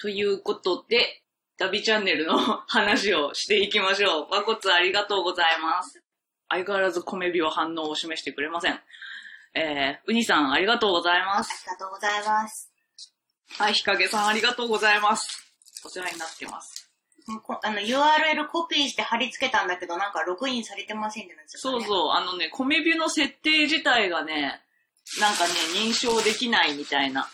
ということで、旅チャンネルの話をしていきましょう。和骨ありがとうございます。相変わらず米ビは反応を示してくれません。えー、ウニさんありがとうございます。りがとうございます。はい、日陰さんありがとうございます。お世話になってます。こあの、URL コピーして貼り付けたんだけど、なんかログインされてませんってなっちゃった、そうう。そう、あのね、米ビの設定自体がね、なんかね、認証できないみたいな。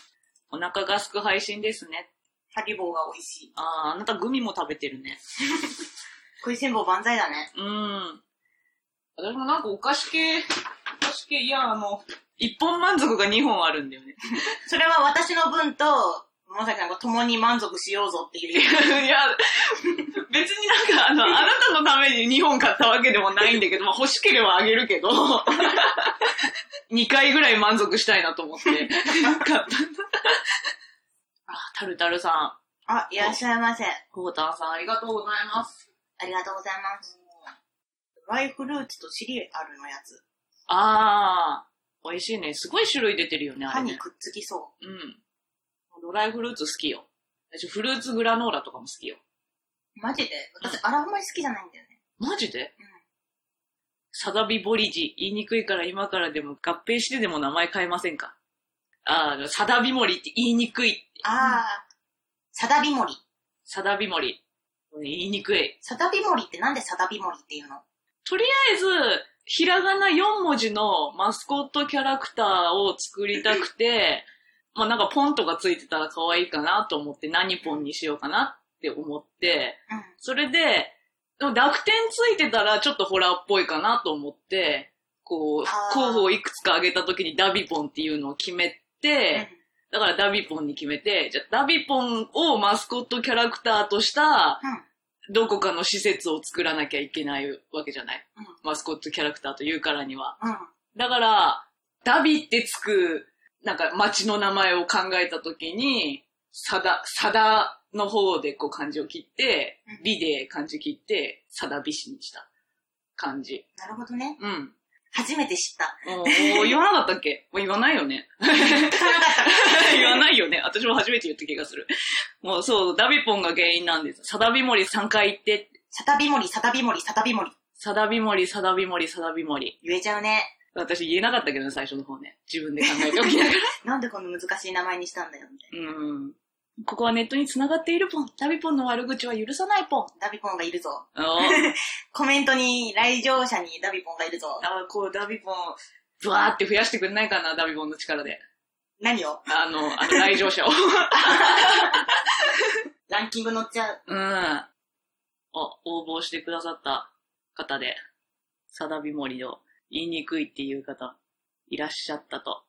お腹がすく配信ですね。ハリボーが美味しい。あー、あなたグミも食べてるね。食いしん坊万歳だね。うん。私もなんかお菓子系、お菓子系、いや、あの、一本満足が二本あるんだよね。 それは私の分と、まさきさんが共に満足しようぞってい う。いや、別になんかあの、あなたのために二本買ったわけでもないんだけど、まあ欲しければあげるけど、 二回ぐらい満足したいなと思って、買った。あ、タルタルさあ、いらっしゃいませ。ん、ホータンさんありがとうございます。ありがとうございます。ライフルーツとシリアルのやつ。あー、美味しいね。すごい種類出てるよね、あ歯れにね。くっつきそうん。ドライフルーツ好きよ。私フルーツグラノーラとかも好きよ。う。マジで私、あれあんまり好きじゃないんだよね。マジでうんサダビボリジ、言いにくいから今からでも合併してでも名前変えませんかああ、サダビモリって言いにくい。あー、サダビモリ。サダビモリ。言いにくい。サダビモリってなんでサダビモリっていうのとりあえず、ひらがな4文字のマスコットキャラクターを作りたくて、まあなんかポンとかついてたら可愛いかなと思って何ポンにしようかなって思って、うん。それで、でも濁点ついてたらちょっとホラーっぽいかなと思って、こあう、ー候補をいくつか挙げた時にダビポンっていうのを決めて、だからダビポンに決めて、じゃあダビポンをマスコットキャラクターとした、どこかの施設を作らなきゃいけないわけじゃない。うんマスコットキャラクターというからには。うん。うん。だから、ダビってつく、なんか町の名前を考えたときに、サダ、サダの方でこう漢字を切ってう、んビで漢字切って、サダビシにした感じ。なるほどね。 うん。初めて知った。もうもう言わなかったっけもう言わないよね。 言わないよね。私も初めて言った気がする。もうそう、ダビポンが原因なんです。サダビモリ3回言って、サタビモリ、サタビモリ、サタビモリ。サダビモリ、サダビモリ、サダビモリ。言えちゃうね。私言えなかったけどね、最初の方ね。自分で考えておきながら。なんでこんな難しい名前にしたんだよ、みたいうん。ここはネットに繋がっているポン。ダビポンの悪口は許さないポン。な。ダビポンがいるぞ。あ コメントに来場者にダビポンがいるぞ。あ、こう、ダビポン、ブワーって増やしてくれないかな、ダビポンの力で。何をあの、あの、来場 者を。ランキング乗っちゃう。うん。あ、応募してくださった方で、サダビモリを言いにくいっていう方、いらっしゃったと。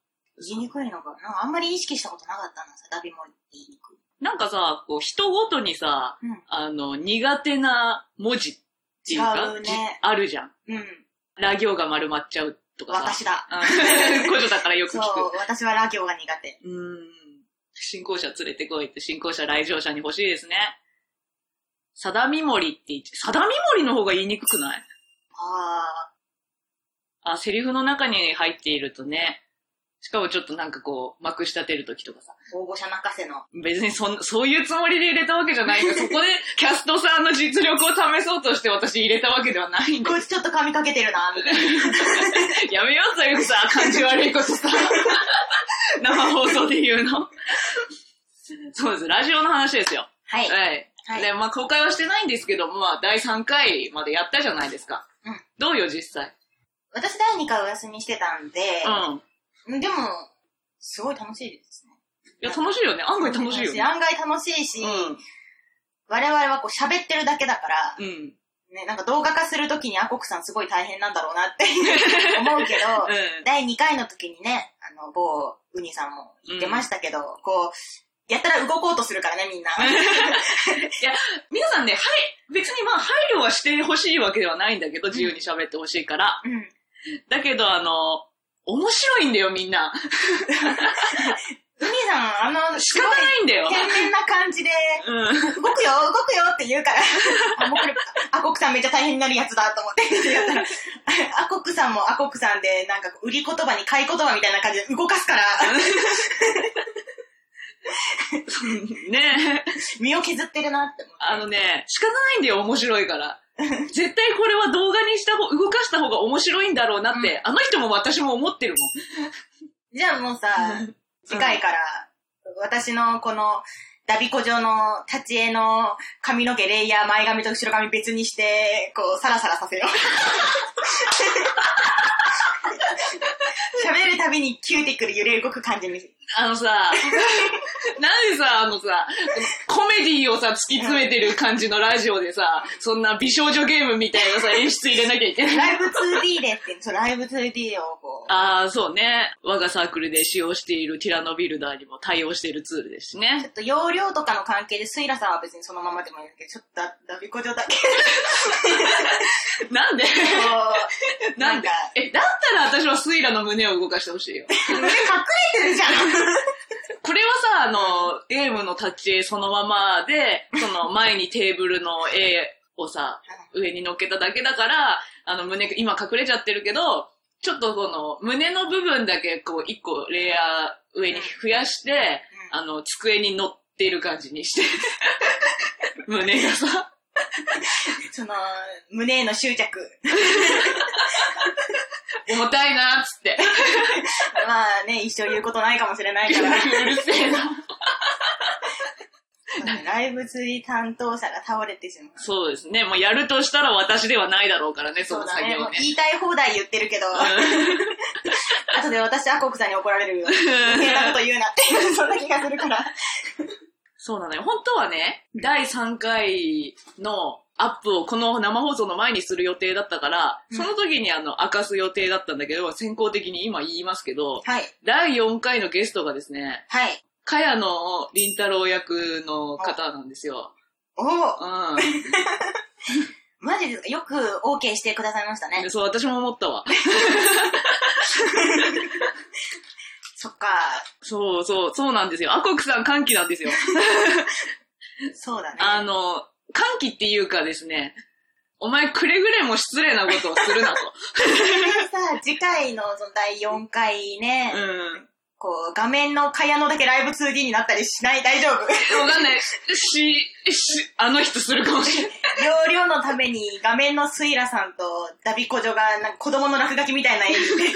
言いにくいのかな。なんかあんまり意識したことなかったな、サタビモリって言いにくい。なんかさ、こう、人ごとにさ、うんあの、苦手な文字っていうか、違うねじあるじゃん。うん。ラ行が丸まっちゃうとかさ。私だ。うん 古女だからよくそ聞く。う、私はラ行が苦手。うーん。信仰者連れてこいって、信仰者来場者に欲しいですね。さだみもりって言って、さだみもりの方が言いにくくないああ、セリフの中に入っているとね、しかもちょっとなんかこう、まくし立てるときとかさ、ー、大御者泣かせの。別にそん、そういうつもりで入れたわけじゃないんで、そこでキャストさんの実力を試そうとして私入れたわけではないんでこ、いつちょっと噛みかけてるな、みたいな。 やめようそういうさ、感じ悪いこと さ、生放送で言うの。そうです、ラジオの話ですよ。はい。はい。はいで、まあ公開はしてないんですけど、まあ第3回までやったじゃないですか。うんどうよ、実際。私第2回お休みしてたんで、うん。でも、すごい楽しいですね。いや、楽しいよね。案外楽しいよね。案外楽しいし、うん。我々はこう喋ってるだけだから、うん。ね、なんか動画化するときにアコクさんすごい大変なんだろうなって思う けど、第2回の時にね、あの、某ウニさんも言ってましたけど、こう、やったら動こうとするからね、みんな。皆さんね、はい、別にまあ配慮はしてほしいわけではないんだけど、自由に喋ってほしいから。うん。だけど、あの、面白いんだよ、みんな。ウニさん、あの、仕す方ごいないんだよ。天然な感じで、うん。動くよ、動くよって 言うから、あ、もうこれ、アコクさんめっちゃ大変になるやつだと思ってやったら、アコクさんもアコクさんで、なんかこう売り言葉に買い言葉みたいな感じで動かすから、 ね身を削ってるなって思って。あのね、仕方ないんだよ、面白いから。絶対これは動画にした方、動かした方が面白いんだろうなって、あの人も私も思ってるじゃあもうさ、もん。次回から、私のこの、ダビコ状の立ち絵の髪の毛レイヤー前髪と後ろ髪別にして、こう、サラサラさせよう。喋るたびにキューティクル揺れ動く感じに。あのさ、 なんでさ、あのさ、コメディをさ、突き詰めてる感じのラジオでさ、そんな美少女ゲームみたいなさ、演出入れなきゃいけない。ライブ 2D でって、そう、ライブ 2D をこう、ああ、そうね。我がサークルで使用しているティラノビルダーにも対応しているツールですしちょね。っと容量とかの関係で、スイラさんは別にそのままでもいいんだけど、ちょっとダダビコ状だけ。なんでこ うななんんでか、え、だったら私はスイラの胸を動かしてほしいよ。胸隠れてるじゃん。これはさ、あの、ゲームの立ち絵そのままで、その前にテーブルの絵をさ、上に乗っけただけだから、あの胸、今隠れちゃってるけど、ちょっとその、胸の部分だけこう、一個レイヤー上に増やして、うんあの、机に乗ってる感じにして。 胸がさ、その、胸への執着。重たいなっつって。まあね、一生言うことないかもしれないから。 うるせえな。ライブ釣り担当者が倒れてしまう。そうですね。もうやるとしたら私ではないだろうからね、そそうのだ作業ね。もうね。言いたい放題言ってるけど、後で私、アコクさんに怒られるよ。変なこと言うなっていう、そんな気がするから。そうなのよ。本当はね、第3回のアップをこの生放送の前にする予定だったから、うんその時にあの、明かす予定だったんだけど、先行的に今言いますけど、はい。第4回のゲストがですね、はい。かやのりんたろう役の方なんですよ。おうおん。マジですかよく OK してくださいましたねで。そう、私も思ったわ。そっか。そうそう、そうなんですよ。アコクさん歓喜なんですよ。そうだね。あの、歓喜っていうかですね、お前くれぐれも失礼なことをするなと。さあ、次回のその第4回ね、うん。こう、画面の蚊帳のだけライブ 2D になったりしない大丈夫わかんない。し、し、あの人するかもしれない。容量のために画面のスイラさんとダビコ女がなんか子供の落書きみた いな絵にすごい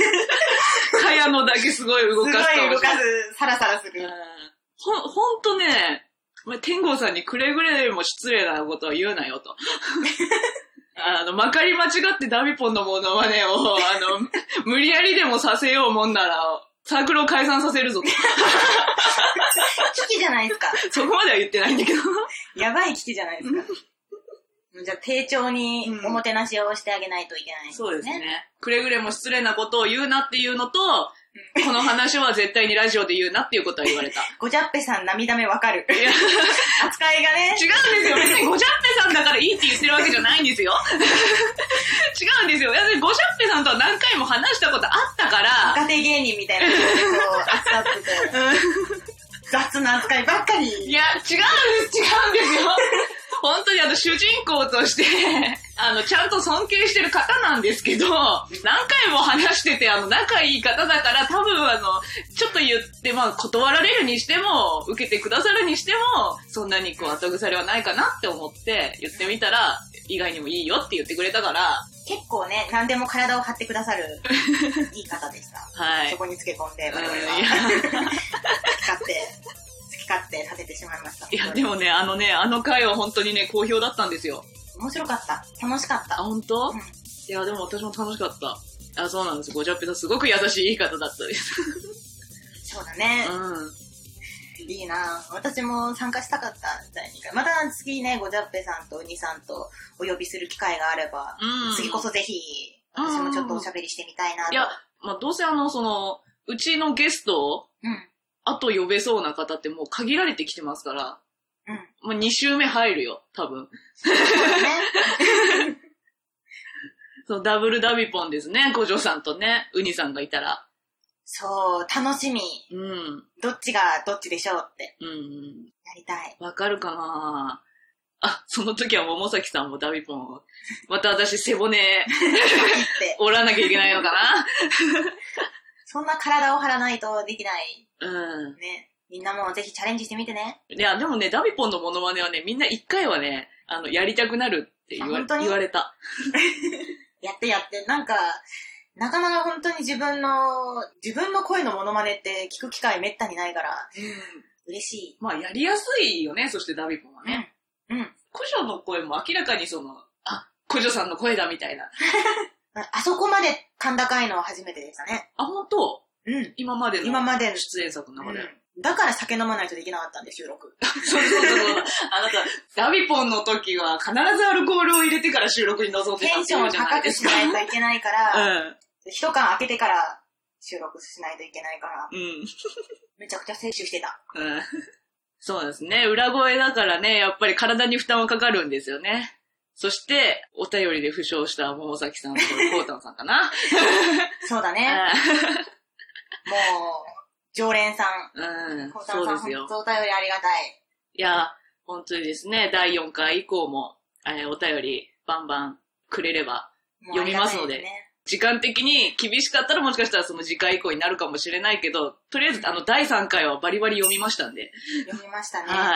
かやのだけすごい動動かすかかもしれない。す、サラサラすうんる。ほん、ほんとね、お前天狗さんにくれぐれも失礼なことを言うなよと。 あの、まかり間違ってダビポンのものまねを、あ の、無理やりでもさせようもんなら、サークルを解散させるぞと。 危機じゃないですか。そこまでは言ってないんだけど。やばい危機じゃないですか。じゃあ、丁重におもてなしをしてあげないといけない、そうですね。。くれぐれも失礼なことを言うなっていうのと、この話は絶対にラジオで言うなっていうことは言わ れた。ごじゃっぺさん涙目わかる。いや扱いがね、違うんですよ。別にごじゃっぺさんだからいいって言ってるわけじゃないんですよ。違うんですよ。いやごじゃっぺさんとは何回も話したことあったから、若手芸人みたいなのをこう扱ってて、雑な扱いばっかいり。や、違うんです、違うんですよ。本当にあの主人公として、あの、ちゃんと尊敬してる方なんですけど、何回も話してて、あの、仲いい方だから、多分あの、ちょっと言って、まあ、断られるにしても、受けてくださるにしても、そんなにこう、後腐れはないかなって思って、言ってみたら、意外にもいいよって言ってくれたから、結構ね、何でも体を張ってくださる、いい方でした。 はいそ。こにつけ込んで、我々いやは。使って、好き勝手立ててしまいました。いや、でもね、あのね、あの回は本当にね、好評だったんですよ。面白かった。楽しかっあ、た。本当うんいや、でも私も楽しかった。あ、そうなんです。ごじゃっぺさん、すごく優しい言い方だったです。そうだねう。ん。いいな私も参加したかった、第2回。また次ね、ごじゃっぺさんとうにさんとお呼びする機会があれば、うん次こそぜひ、私もちょっとおしゃべりしてみたいなと。いや、まあ、どうせあの、その、うちのゲストを、うん。あと呼べそうな方ってもう限られてきてますから、うん。まあ、2週目入るよ、多分。そうだね。そのダブルダビポンですね、五条さんとね、ウニさんがいたら。そう、楽しみ。うん。どっちがどっちでしょうって、うん。やり たい。わかるかなあ、その時は桃崎さんもダビポンを。また私背骨 って、折らなきゃいけないのかそんな体を張らないとできないなうん。ね。みんなもぜひチャレンジしてみてね。いや、でもね、ダビポンのモノマネはね、みんな一回はね、あの、やりたくなるって言わあ本当に言われた。やってやって、なんか、なかなか本当に自分の、自分の声のモノマネって聞く機会めったにないから、嬉しい。まあ、やりやすいよね、そしてダビポンはね。うんうん。古女の声も明らかにその、あ、古女さんの声だみたいな。ああそこまで甲高いのは初めてでしたね。あ、本当うん。今までの今までの、出演作の中で。うんだから酒飲まないとできなかったんで、収録。そうそうそうそう。あなた、ダビポンの時は必ずアルコールを入れてから収録に臨んでテたっンてシいョンうをじゃない高でくすしか。ないといけないかうら、ん。一缶開けてから収録しないといけないから、うん。めちゃくちゃ摂取してた。うんそうですね。裏声だからね、やっぱり体に負担はかかるんですよね。そして、お便りで負傷した桃崎さんとコウタンさんかな。そうだね。もう、常連さん。うんうんコウ、タンそうでさん、すよ本。当お便りありがたい。いや、本当にですね、第4回以降も、えーお便りバンバンくれれば、もうありがたい読みますのでね。時間的に厳しかったらもしかしたらその次回以降になるかもしれないけど、とりあえずあの第3回はバリバリ読みましたんで。読みましたね。はい、はい。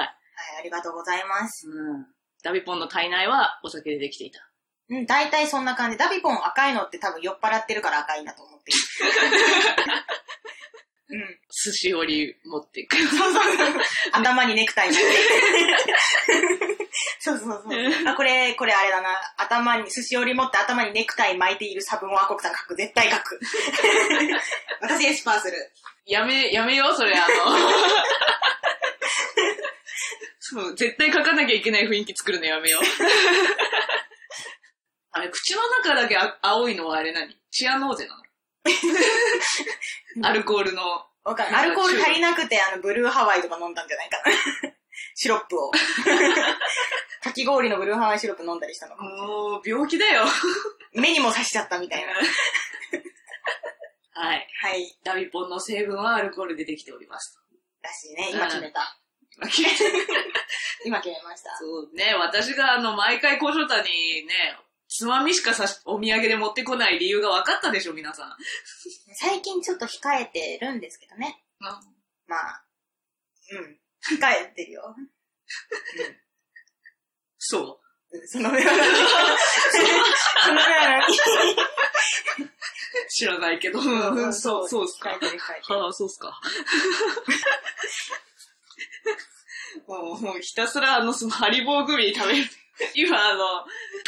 ありがとうございます。うん。ダビポンの体内はお酒でできていた。うん、大体そんな感じ。ダビポン赤いのって多分酔っ払ってるから赤いんだと思ってる。 うん。寿司折り持っていく。 頭にネクタイ巻いて そうそうそう。あ、これ、これあれだな。頭に、寿司折り持って頭にネクタイ巻いている差分をアコクさん書く。絶対書 く。私エスパーする。やめ、やめよう、それ、あの。 そう、絶対書かなきゃいけない雰囲気作るのやめよう。 あれ、口の中だけあ青いのはあれ何チアノーゼなのアルコールの。わかんないアルコール足りなくて、あの、ブルーハワイとか飲んだんじゃないかな。シロップ を。かき氷のブルーハワイシロップ飲んだりしたの。もう、病気だよ。 目にも刺しちゃったみたいな。はい。はい。ダビポンの成分はアルコールでできております。らしいね。今決めた。今決めました。そうね、私があの、毎回小翔太にね、つまみしかさし、お土産で持ってこない理由が分かったでしょ、皆さん。最近ちょっと控えてるんですけどね。まあ、うん。控えてるよ。そう。うんそのぐらい。そのぐらい。知らないけど。うん、そう、そうっすか控え。てる控えてるはあ、そうっす か。もう、もうひたすらあの、そのハリボーグミ食べる。今あの、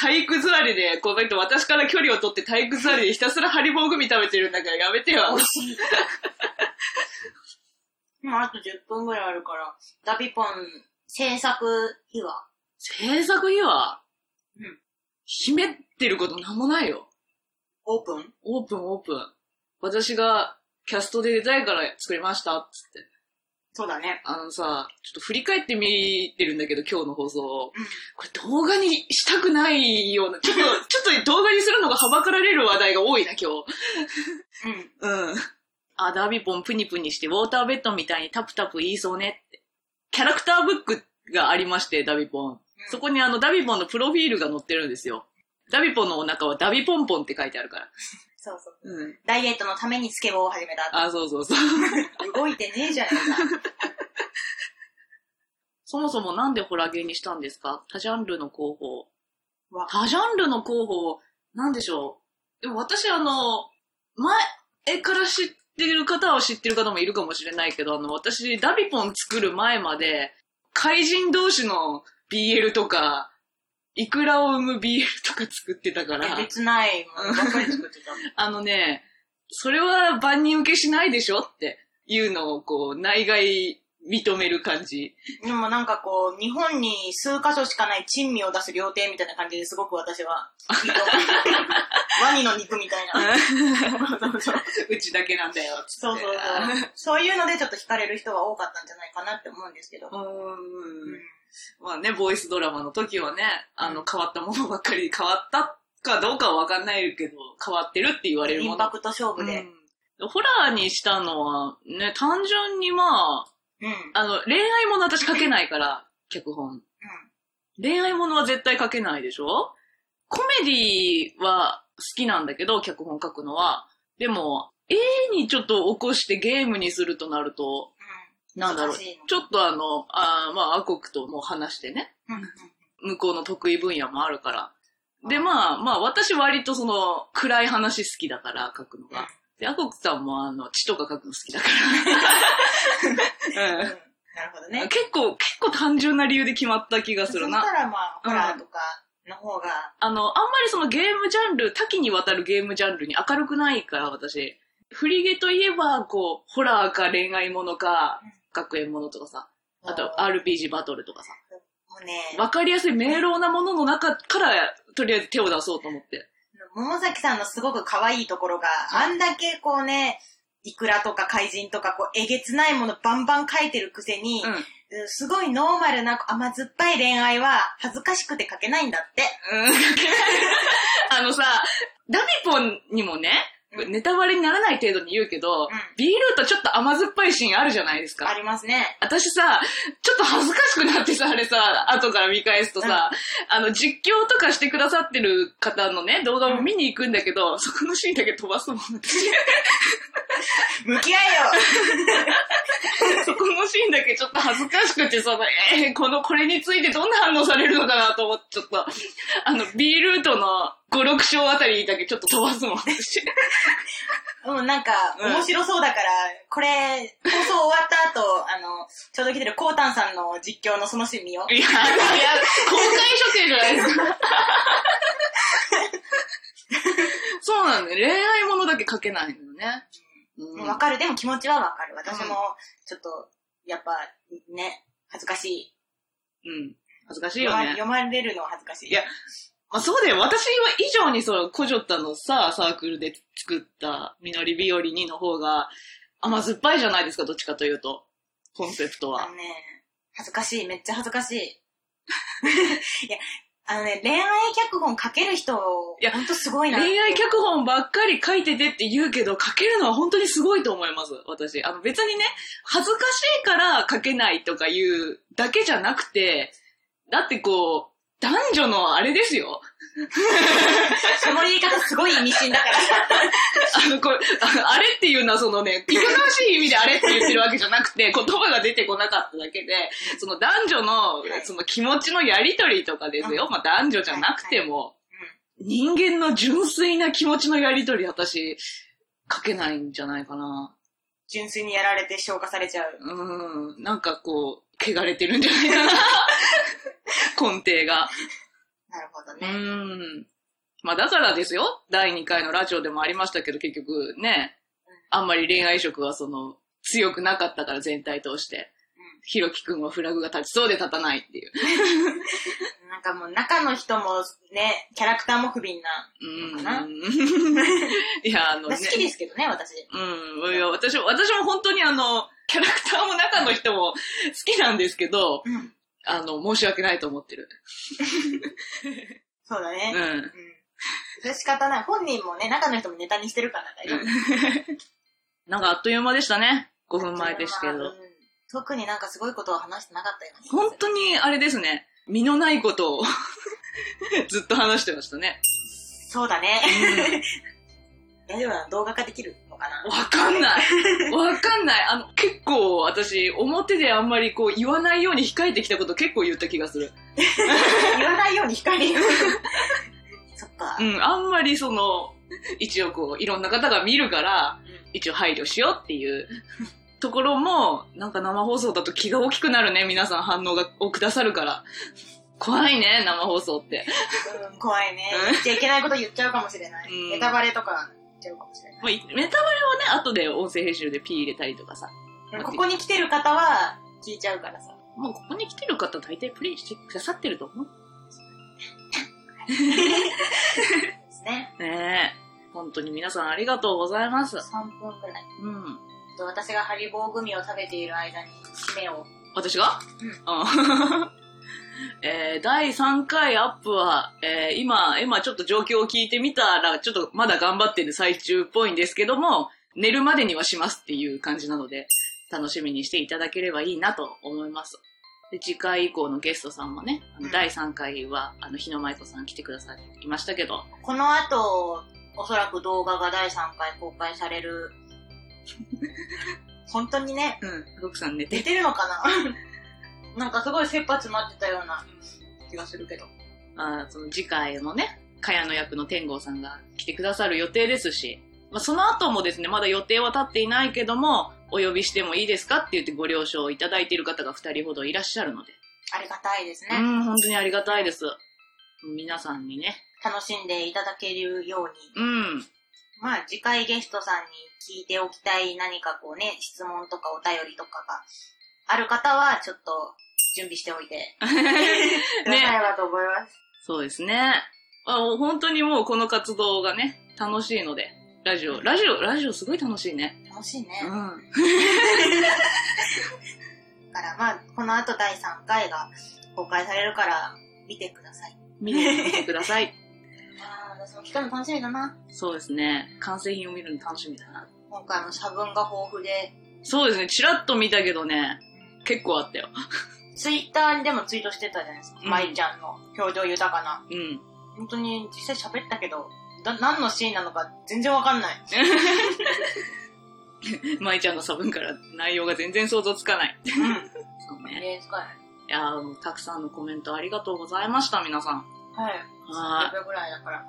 体育座りで、こうやって私から距離を取って体育座りでひたすらハリボーグミ食べてるんだからやめてよ。美味しい。もうあと10分ぐらいあるから、ダビポン制作秘話。制作費は、うん秘めってることなんもないよ。オープンオープンオープン。私がキャストで出たいから作りました、っつって。そうだね。あのさ、ちょっと振り返ってみてるんだけど、今日の放送をうんこれ動画にしたくないような、ちょっ と、ちょっと動画にするのがはばかられる話題が多いな、今日。うん。うん。あ、ダービーポンプニプニして、ウォーターベッドみたいにタプタプ言いそうねって。キャラクターブックがありまして、ダビポン。そこにあの、ダビポンのプロフィールが載ってるんですよ。ダビポンのお腹はダビポンポンって書いてあるから。そうそう。うん。ダイエットのためにスケボーを始めた。あ、そうそうそう。動いてねえじゃねえか。そもそもなんでホラーゲーにしたんですか他ジャンルの候補わ。他ジャンルの候補、なんでしょうでも私あの、前から知ってる方は知ってる方もいるかもしれないけど、あの、私、ダビポン作る前まで、怪人同士の BL とか、イクラを生む BL とか作ってたから、別ないものばっかり作ってた。あのね、それは万人受けしないでしょっていうのをこう、内外認める感じ。でもなんかこう、日本に数箇所しかない珍味を出す料亭みたいな感じですごく私は、 ワニの肉みたいな。そうそううちだけなんだよ、つって。そう。そういうのでちょっと惹かれる人は多かったんじゃないかなって思うんですけど。ううんん。まあね、ボイスドラマの時はね、あの、変わったものばっかり、変わったかどうかはわかんないけど、変わってるって言われるイもンのパ。クト勝負で。うん。うんホラーにしたのは、ね、単純にまあ、あの、恋愛もの私書けないから、脚本。恋愛ものは絶対書けないでしょコメディは好きなんだけど、脚本書くのは。でも、絵にちょっと起こしてゲームにするとなると、なんだろう、難しいのちょっとあの、あーまあ、アコクとも話してね、うんうん向こうの得意分野もあるから。で、うんまあ、まあ、私割とその、暗い話好きだから、書くのうんが。で、アコクさんもあの、血とか書くの好きだかうんら。 うんなるほどね。結構、結構単純な理由で決まった気がすそるしたな。らまあ、ホラーとかの方が、あの、あんまりそのゲームジャンル、多岐にわたるゲームジャンルに明るくないから、私。フリゲといえば、こう、ホラーか恋愛ものかうん、学園ものとかさ、あもと RPG バトルとかさ、うね、わかりやすい明朗なものの中から、とりあえず手を出そうと思って。桃崎さんのすごく可愛いところが、あんだけこうね、イクラとか怪人とか、こう、えげつないものバンバン書いてるくせに、うん。うんすごいノーマルな甘酸っぱい恋愛は恥ずかしくて書けないんだって。うんあのさ、ダビポンにもね、うんネタバレにならない程度に言うけど、うん B ルートちょっと甘酸っぱいシーンあるじゃないですあか。りますね。私さ、ちょっと恥ずかしくなってさ、あれさ、 後から見返すとさ、あの、実況とかしてくださってる方のね、動画も見に行くんだけど、そこのシーンだけ飛ばすもん。私向き合えそこのシーンだけちょっと恥ずかしくて、その、えーこの、これについてどんな反応されるのかなと思って、ちょっと、あの、B ルートの5、6章あたりだけちょっと飛ばすもん。私 ようん、なんか、うん面白そうだから、これ、放送終わった後、あの、ちょうど来てるコウタンさんの実況のそのシーン見よう。いや、いや、公開処刑じゃないですか。そうなんだよ。恋愛ものだけ書けないのね。うんわ、かる。でも気持ちはわかる。私も、ちょっと、やっぱ、ね、恥ずかしい。うん。恥ずかしい読よまね。読まれるのは恥ずかしい。いやまあ、そうだよ。私は以上にその、コジョタのさ、サークルで作った、みのりびよりにの方が、甘酸っぱいじゃないですか、どっちかというと。コンセプトあは。のね、恥ずかしい、めっちゃ恥ずかしい。 いや、あのね、恋愛脚本書ける人、いやほんとすごいな。恋愛脚本ばっかり書いててって言うけど、書けるのは本当にすごいと思います、私。あの別にね、恥ずかしいから書けないとかいうだけじゃなくて、だってこう、男女のあれですよ。その言い方すごい意味深だから。 あの、これ、あのあれっていうのはそのね、いかがわしい意味であれって言ってるわけじゃなく て、言葉が出てこなかっただけで、その男女のはい、その気持ちのやりとりとかですよ。まあ男女じゃなくても、人間の純粋な気持ちのやりとり、私、書けないんじゃないかな。純粋にやられて消化されちゃう。うん、なんかこう、汚れてるんじゃないか な。根底が。なるほどうね。ん。まあだからですよ。第2回のラジオでもありましたけど、結局ね、あんまり恋愛色はその、強くなかったから全体通して。ひろきくんはフラグが立ちそうで立たないっていう。うんなんかもう中の人もね、キャラクターも不憫な。う。かなん いや、あの好ね。きですけどね、私。うん。いや、私も、私も本当にあの、キャラクターも中の人も好きなんですけど、うん。あの、申し訳ないと思ってる。そうだうね。んう。ん。それ仕方ない。本人もね、中の人もネタにしてるから大丈夫。なんかあっという間でしたね。5分前ですけうどん。。特になんかすごいことは話してなかったような気がする本当にあれですね。身のないことを ずっと話してましたね。そうだね。大丈夫なの動画化できるのかなわかんない。わかんない。あの、結構私、表であんまりこう言わないように控えてきたこと結構言った気がする。言わないように 光る。そっかう。ん、あんまりその、一応こう、いろんな方が見るから、一応配慮しようっていうところも、なんか生放送だと気が大きくなるね、皆さん反応がをくださるから。怖いね、生放送って。うん、怖いねうん。言っちゃいけないこと言っちゃうかもしれないうん。ネタバレとか言っちゃうかもしれまあ、いネタバレをね、後で音声編集で P 入れたりとかさ。ない。ここに来てる方は聞いちゃうからさ。もうここに来てる方大体プレイしてくださってると思う。ですね。ねえ。本当に皆さんありがとうございます。 3分くらい。うん。と私がハリボーグミを食べている間に締めを。私がうんうん。 えー、第3回アップは、えー、今、今ちょっと状況を聞いてみたら、ちょっとまだ頑張ってる最中っぽいんですけども、寝るまでにはしますっていう感じなので、楽しみにしていただければいいなと思います。で次回以降のゲストさんもね、あうのん第3回は、あの、日野舞子さん来てくださいましたけど、この後、おそらく動画が第3回公開される。 本当にね、うん。奥さん寝出て。てるのか ななんかすごい切羽詰まってたような気がするけど。まあ、その次回のね、かやの役の天狗さんが来てくださる予定ですし、まあ、その後もですね、まだ予定は立っていないけども、お呼びしてもいいですかって言ってご了承いただいている方が2人ほどいらっしゃるので。ありがたいですね。うん、本当にありがたいです。皆さんにね。楽しんでいただけるよううに。ん。まあ、次回ゲストさんに聞いておきたい何かこうね、質問とかお便りとかがある方は、ちょっと準備しておい てくださればと思います。 そうですね。あ本当にもうこの活動がね、楽しいので。ラジオ、ラジオ、ラジオすごい楽しいね。楽しいね。うん。だから、まあ、この後第3回が公開されるから、見てください。見てみてください。ああ、私も聞くの楽しみだな。そうですね。完成品を見るの楽しみだな。今回も差分が豊富で、そうですね。ちらっと見たけどね、結構あったよ。ツイッターにでもツイートしてたじゃないですか。うん舞、ちゃんの表情豊かな。うん。本当に実際喋ったけど、だ何のシーンなのか全然わかんない。舞ちゃんの差分から内容が全然想像つかない。うん。そうね。ええ、すごい。いやーもうたくさんのコメントありがとうございました、皆さん。はい。は秒ぐらいだから。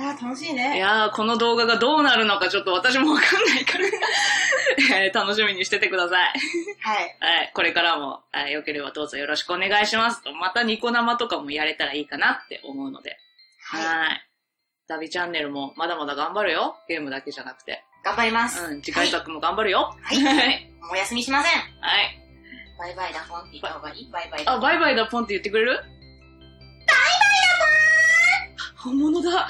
あー楽しい。いいね。やーこの動画がどうなるのかちょっと私もわかんないから、 えー楽しみにしててください。はい。はい、これからも、はい、良ければどうぞよろしくお願いしますと。またニコ生とかもやれたらいいかなって思うので。はい。はい。ダビチャンネルもまだまだ頑張るよ。ゲームだけじゃなくて。頑張ります。うん、次回作も頑張るよ。はい はい。もうお休みしません。はい。バイバイだ、ポンって言った方がいいバイバイだ。あ、バイバイだポンって言ってくれるバイバイだポン本物だ。